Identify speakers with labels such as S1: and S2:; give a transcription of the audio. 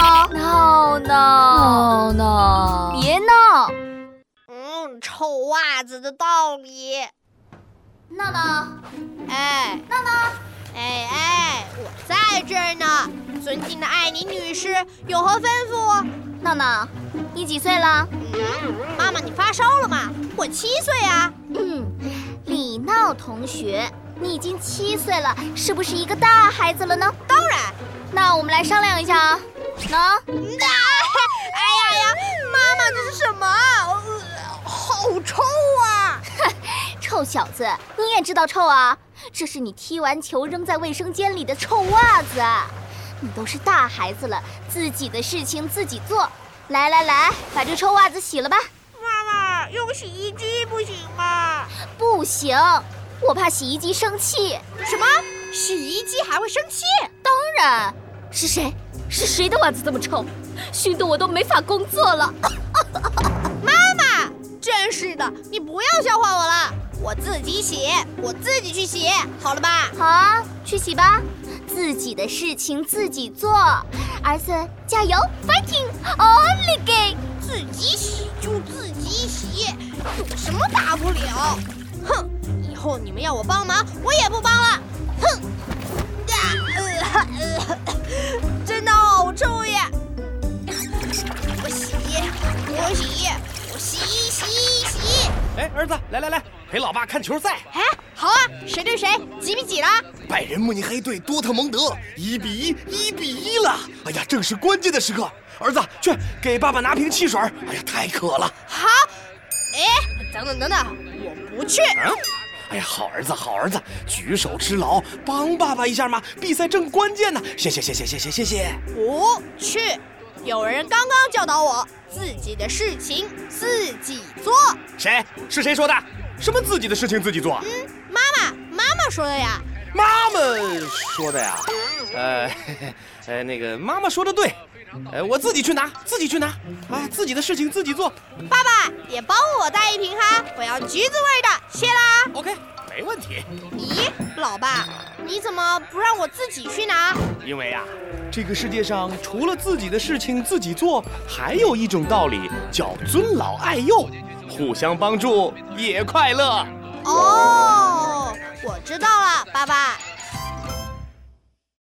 S1: 嗯子的道理。
S2: 闹闹，
S1: 哎
S2: 闹闹，
S1: 哎哎，我在这儿呢。尊敬的艾琳女士，有何吩咐？
S2: 闹闹，你几岁了？
S1: 嗯，妈妈，你发烧了吗？我七岁啊。
S2: 嗯，李闹同学，你已经七岁了，是不是一个大孩子了呢？
S1: 当然。
S2: 那我们来商量一下啊。喏、
S1: 啊！ 哎呀呀，妈妈，这是什么啊？呃好臭啊！
S2: 臭小子，你也知道臭啊？这是你踢完球扔在卫生间里的臭袜子啊！你都是大孩子了，自己的事情自己做。来来来，把这臭袜子洗了吧。
S1: 妈妈，用洗衣机不行吗？
S2: 不行，我怕洗衣机生气。
S1: 什么？洗衣机还会生气？
S2: 当然，是谁？是谁的袜子这么臭？熏得我都没法工作了。
S1: 妈，真是的，你不要笑话我了，我自己洗，我自己去洗，好了吧？
S2: 好啊，去洗吧，自己的事情自己做。儿子，加油，fighting，奥利给！
S1: 自己洗就自己洗，有什么大不了？哼，以后你们要我帮忙，我也不帮了。哼，啊呃呃真的好臭呀！我洗，我洗，我洗洗洗。
S3: 哎，儿子，来来来，陪老爸看球赛。
S1: 哎，好啊，谁对谁，几比几了？
S4: 拜仁慕尼黑对多特蒙德一比一，一比一了！哎呀，正是关键的时刻，儿子去给爸爸拿瓶汽水。哎呀，太渴了。
S1: 好，哎，等等等等，我不去。
S4: 嗯，哎呀，好儿子，好儿子，举手之劳，帮爸爸一下嘛，比赛正关键呢。谢谢，谢谢，谢谢，谢谢。
S1: 不去。有人刚刚教导我，自己的事情自己做。
S4: 谁是谁说的？什么自己的事情自己做？啊
S1: 妈妈，妈妈说的呀。
S4: 妈妈说的呀。呃， 嘿嘿呃，那个妈妈说的对，呃，我自己去拿，自己去拿啊，自己的事情自己做。
S1: 爸爸也帮我带一瓶哈，我要橘子味的，谢啦。
S4: OK，没问题。
S1: 咦，老爸，你怎么不让我自己去拿？
S4: 因为啊，这个世界上除了自己的事情自己做，还有一种道理叫尊老爱幼，互相帮助也快乐。
S1: 哦，我知道了，爸爸，